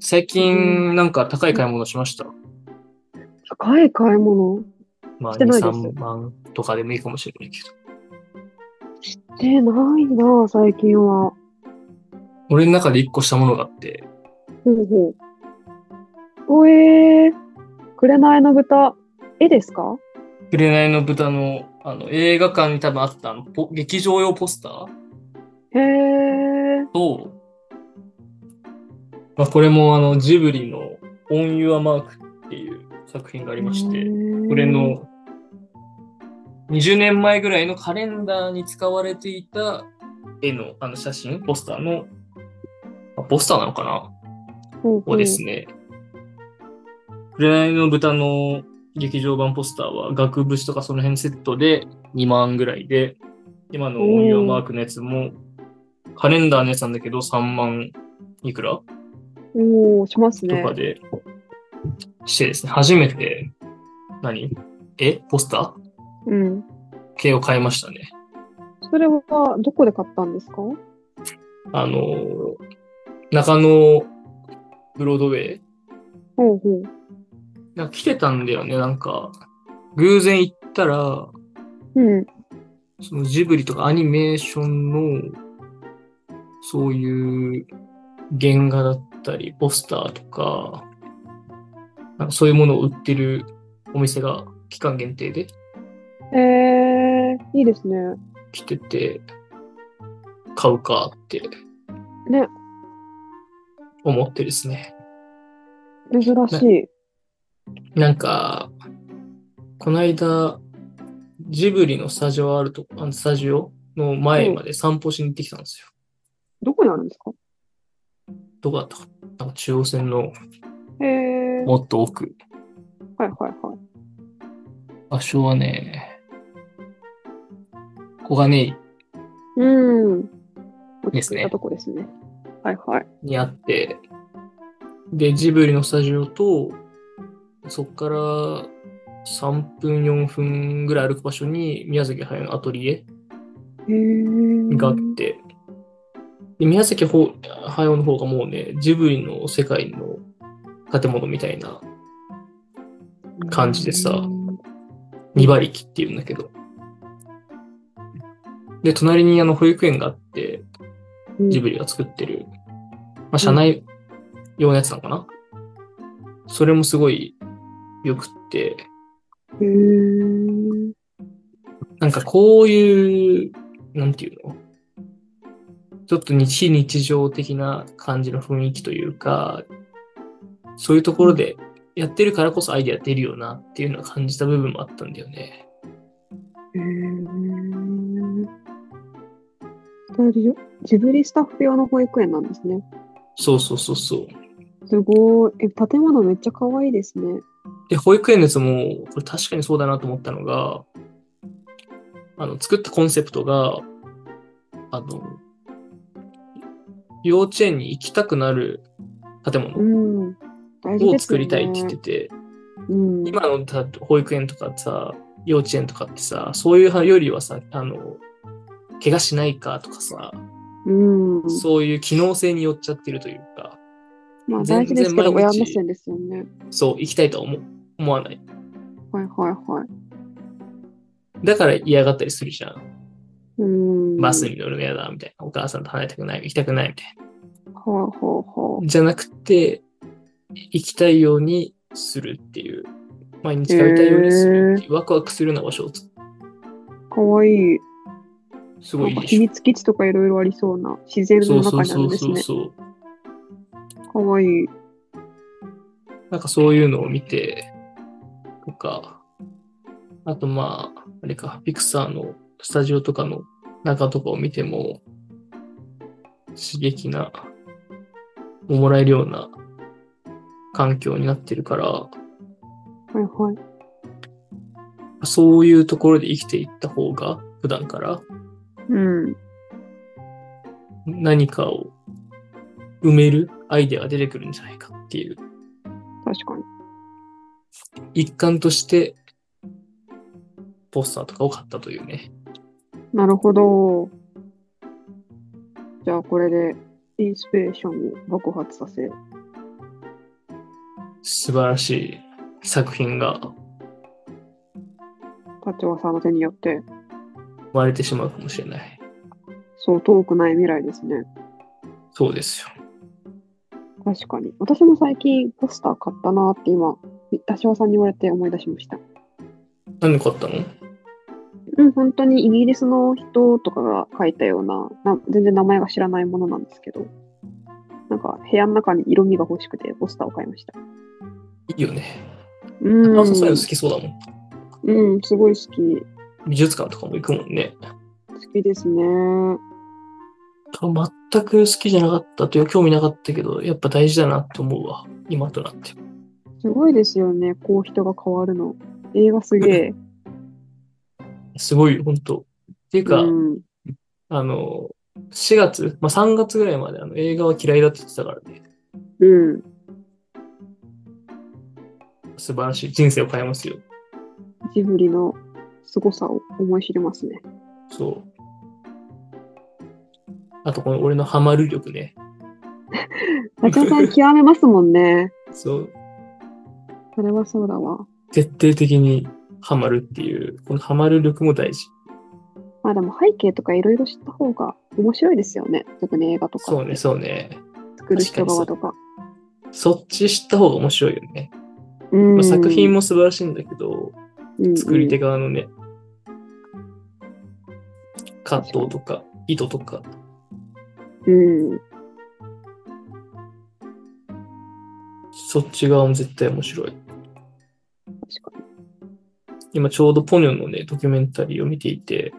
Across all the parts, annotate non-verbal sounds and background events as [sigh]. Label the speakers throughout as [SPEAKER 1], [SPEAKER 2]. [SPEAKER 1] 最近なんか高い買い物しました。
[SPEAKER 2] 高い買い物
[SPEAKER 1] まあ、
[SPEAKER 2] して
[SPEAKER 1] 2、
[SPEAKER 2] ないです
[SPEAKER 1] 3万とかでもいいかもしれないけど。
[SPEAKER 2] してないな、最近は。
[SPEAKER 1] 俺の中で1個したものがあって、
[SPEAKER 2] ほうほう。おえー、紅の豚、絵ですか
[SPEAKER 1] 紅の豚のあの映画館に多分あったあのポ劇場用ポスター
[SPEAKER 2] へー。
[SPEAKER 1] と、まあ、これもあのジブリのオン・ユア・マークっていう作品があ
[SPEAKER 2] あ
[SPEAKER 1] りまして、これ。の20年前ぐらいのカレンダーに使われていた絵のあの写真、ポスターの、あポスターなのかな
[SPEAKER 2] ほうほ
[SPEAKER 1] を
[SPEAKER 2] う
[SPEAKER 1] ですね、紅の豚の劇場版ポスターは額縁とかその辺セットで2万ぐらいで、今の音量マークのやつも、カレンダーのやつなんだけど3万いくらと
[SPEAKER 2] おー、しますね。
[SPEAKER 1] かで、してですね、初めて、何えポスター
[SPEAKER 2] うん。
[SPEAKER 1] 系を買いましたね。
[SPEAKER 2] それは、どこで買ったんですか
[SPEAKER 1] あのー、中野ブロードウェイ
[SPEAKER 2] ほうほう。
[SPEAKER 1] なんか来てたんだよね、なんか。偶然行ったら、
[SPEAKER 2] うん。
[SPEAKER 1] そのジブリとかアニメーションの、そういう原画だったり、ポスターとか、なんかそういうものを売ってるお店が期間限定で
[SPEAKER 2] えー、いいですね。
[SPEAKER 1] 来てて、買うかって
[SPEAKER 2] ね、
[SPEAKER 1] 思ってですね。
[SPEAKER 2] 珍しい。
[SPEAKER 1] なんか、この間、ジブリのスタジオあるとこ、あのスタジオの前まで散歩しに行ってきたんですよ。
[SPEAKER 2] どこにあるんですか
[SPEAKER 1] どこだったかなんか中央線の
[SPEAKER 2] へー。
[SPEAKER 1] もっと奥。
[SPEAKER 2] はいはいはい。
[SPEAKER 1] 場所はね、小金井
[SPEAKER 2] うん。
[SPEAKER 1] です
[SPEAKER 2] 行
[SPEAKER 1] ね
[SPEAKER 2] った、とこですね。はいはい。
[SPEAKER 1] にあって、で、ジブリのスタジオと、そっから3分、4分ぐらい歩く場所に宮崎駿のアトリエ
[SPEAKER 2] へー。
[SPEAKER 1] があって、で宮崎ほ駿の方がもうね、ジブリの世界の建物みたいな感じでさ
[SPEAKER 2] うん
[SPEAKER 1] 2馬力っていうんだけど。で、隣にあの保育園があって、ジブリが作ってる、まあ、社内用のやつなのかな、それもすごい良くって、
[SPEAKER 2] へー
[SPEAKER 1] なんかこういう、なんていうのちょっと日日常的な感じの雰囲気というか、そういうところでやってるからこそアイデア出るよなっていうのは感じた部分もあったんだよね。
[SPEAKER 2] へースタジオジブリスタッフ用の保育園なんですね。
[SPEAKER 1] そうそうそうそう。
[SPEAKER 2] すごい。え、建物めっちゃ可愛いですね。
[SPEAKER 1] で、保育園のやつも、これ確かにそうだなと思ったのが、あの、作ったコンセプトが、あの、幼稚園に行きたくなる建
[SPEAKER 2] う
[SPEAKER 1] 物
[SPEAKER 2] ん。大事です、ね。
[SPEAKER 1] を作りたいって言ってて、
[SPEAKER 2] うん。
[SPEAKER 1] 今のた保育園とかさ、幼稚園とかってさ、そういうよりはさ、あの、怪我しないかとかさ、
[SPEAKER 2] うん。
[SPEAKER 1] そういう機能性によっちゃってるというか、
[SPEAKER 2] まあ
[SPEAKER 1] 全
[SPEAKER 2] 大事ですけど、
[SPEAKER 1] 然毎
[SPEAKER 2] 親
[SPEAKER 1] 日
[SPEAKER 2] 目線ですよね。
[SPEAKER 1] そう、行きたいとは思思わない。
[SPEAKER 2] はいはいはい。
[SPEAKER 1] だから嫌がったりするじゃん。
[SPEAKER 2] うん。
[SPEAKER 1] バス
[SPEAKER 2] はい
[SPEAKER 1] に乗るの嫌だ、みたいな。お母さんと離れたくない、行きたくない、みたい
[SPEAKER 2] はいは
[SPEAKER 1] な。じゃなくて、行きたいようにするっていう。毎日食べたいようにするっていう、ワクワクするような場所をつ、
[SPEAKER 2] い。かわいい。
[SPEAKER 1] すごいいいで
[SPEAKER 2] 秘
[SPEAKER 1] しょ。
[SPEAKER 2] 密基地とかいろいろありそうな自然
[SPEAKER 1] そ
[SPEAKER 2] の
[SPEAKER 1] うそ
[SPEAKER 2] 中
[SPEAKER 1] う
[SPEAKER 2] にあ
[SPEAKER 1] そ
[SPEAKER 2] るん
[SPEAKER 1] う
[SPEAKER 2] です
[SPEAKER 1] そう
[SPEAKER 2] ね。
[SPEAKER 1] そう。
[SPEAKER 2] かわいい。
[SPEAKER 1] なんかそういうのを見て、とか、あとまあ、あれか、ピクサーのスタジオとかの中とかを見ても、刺激な、もらえるような環境になってるから、
[SPEAKER 2] はいはい。
[SPEAKER 1] そういうところで生きていった方が、普段から
[SPEAKER 2] うん。
[SPEAKER 1] 何かを埋めるアイデアが出てくるんじゃないかっていう、
[SPEAKER 2] 確かに。
[SPEAKER 1] 一環として、ポスターとかを買ったというね。
[SPEAKER 2] なるほど。じゃあこれでインスピレーションを爆発させ、
[SPEAKER 1] 素晴らしい作品が
[SPEAKER 2] 課長さんの手によって、
[SPEAKER 1] 生まれてしまうかもしれない。
[SPEAKER 2] そう遠くない未来ですね。
[SPEAKER 1] そうですよ。
[SPEAKER 2] 確かに。私も最近ポスター買ったなって今、田島さんに言われて思い出しました。
[SPEAKER 1] 何買ったの
[SPEAKER 2] うん、本当にイギリスの人とかが書いたようなな、全然名前が知らないものなんですけど、なんか部屋の中に色味が欲しくてポスターを買いました。
[SPEAKER 1] いいよね。
[SPEAKER 2] う
[SPEAKER 1] あ
[SPEAKER 2] ん、
[SPEAKER 1] そういうの好きそうだもん。
[SPEAKER 2] うん、すごい好き。
[SPEAKER 1] 美術館とかも行くもんね。
[SPEAKER 2] 好きですね。
[SPEAKER 1] 全く好きじゃなかったというか興味なかったけど、やっぱ大事だなと思うわ。今となって。
[SPEAKER 2] すごいですよね、こう人が変わるの。映画すげえ。
[SPEAKER 1] すごいよ、本当っていうか、
[SPEAKER 2] うん、
[SPEAKER 1] あの、4月、まあ、3月ぐらいまであの映画は嫌いだって言ってたからね。
[SPEAKER 2] うん。
[SPEAKER 1] 素晴らしい。人生を変えますよ。
[SPEAKER 2] ジブリの凄さを思い知りますね。
[SPEAKER 1] そう。あと、この俺のハマる力ね。
[SPEAKER 2] ガチャさん極めますもんね。
[SPEAKER 1] そう。
[SPEAKER 2] それはそうだわ。
[SPEAKER 1] 徹底的にハマるっていう、このハマる力も大事。
[SPEAKER 2] まあでも背景とかいろいろ知った方が面白いですよね。特に映画とか。
[SPEAKER 1] そうね、そうね。
[SPEAKER 2] 作る人側とか。
[SPEAKER 1] そっち知った方が面白いよね。
[SPEAKER 2] うん
[SPEAKER 1] まあ、作品も素晴らしいんだけど、作り手
[SPEAKER 2] が。
[SPEAKER 1] 側のね、葛藤とか、意図とか、
[SPEAKER 2] うん。
[SPEAKER 1] そっち側も絶対面白い。
[SPEAKER 2] 確か
[SPEAKER 1] 今ちょうどポニョのね、ドキュメンタリーを見ていて、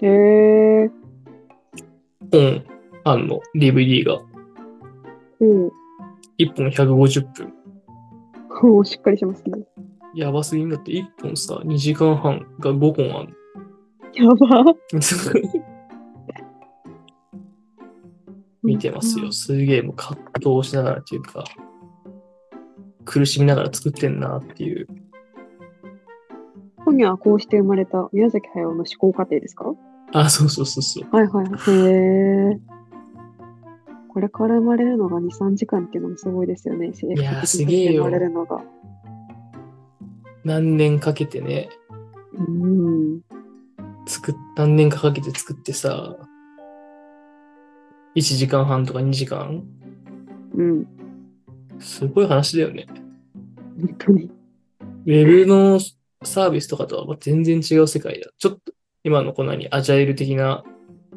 [SPEAKER 2] に。へえ。
[SPEAKER 1] オン、アンの DVD が
[SPEAKER 2] うん。
[SPEAKER 1] 1本150分。
[SPEAKER 2] こう [laughs] しっかりしますね。
[SPEAKER 1] やばすぎんだって1本さ、2時間半が5本ある。
[SPEAKER 2] やば。
[SPEAKER 1] [laughs] 見てますよ。。すげえもう葛藤しながらっていうか、苦しみながら作ってんなっていう。
[SPEAKER 2] 今夜はこうして生まれた宮崎駿の思考過程ですか
[SPEAKER 1] あ、そうそうそうそう。
[SPEAKER 2] はいはい。へえ。これから生まれるのが2、3時間っていうのもすごいですよね。い
[SPEAKER 1] やーすげえよ
[SPEAKER 2] 生まれるのが。
[SPEAKER 1] 何年かけてね、
[SPEAKER 2] うん。
[SPEAKER 1] 作っ、何年かかけて作ってさ、1時間半とか2時間
[SPEAKER 2] うん。
[SPEAKER 1] すごい話だよね。
[SPEAKER 2] 本当に。
[SPEAKER 1] ウェブのサービスとかとは全然違う世界だ。ちょっと今のこのにアジャイル的な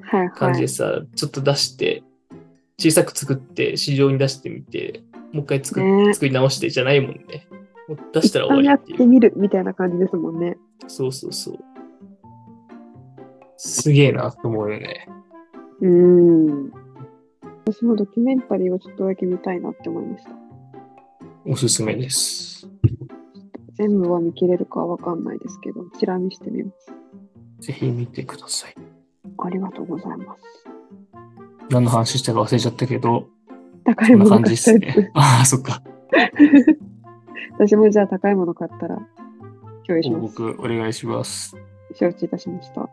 [SPEAKER 2] はい
[SPEAKER 1] 感じ
[SPEAKER 2] は
[SPEAKER 1] で
[SPEAKER 2] い。
[SPEAKER 1] さ、ちょっと出して、小さく作って、市場に出してみて、もう一回作,、
[SPEAKER 2] ね
[SPEAKER 1] 作り直してじゃないもんね。もう出したら終わ
[SPEAKER 2] や
[SPEAKER 1] り
[SPEAKER 2] っ
[SPEAKER 1] ってい
[SPEAKER 2] て
[SPEAKER 1] う。
[SPEAKER 2] みるみたいな感じですもんね。
[SPEAKER 1] そうそうそう。すげえなと思うよね。
[SPEAKER 2] うん。私もドキュメンタリーをちょっとだけ見たいなって思いました。
[SPEAKER 1] おすすめです。
[SPEAKER 2] 全部は見切れるかわかんないですけど、チラ見してみます。
[SPEAKER 1] ぜひ見てください。
[SPEAKER 2] ありがとうございます。
[SPEAKER 1] 何の話したか忘れちゃったけど、
[SPEAKER 2] 高
[SPEAKER 1] こ
[SPEAKER 2] い
[SPEAKER 1] んな
[SPEAKER 2] もの
[SPEAKER 1] 感じ
[SPEAKER 2] 買
[SPEAKER 1] で
[SPEAKER 2] った
[SPEAKER 1] す
[SPEAKER 2] や [laughs]
[SPEAKER 1] ね [laughs]
[SPEAKER 2] つ。。
[SPEAKER 1] ああ、そっか。
[SPEAKER 2] 私もじゃあ高いもの買ったら共有し
[SPEAKER 1] 報
[SPEAKER 2] ます。
[SPEAKER 1] 告お願いします。
[SPEAKER 2] 承知いたしました。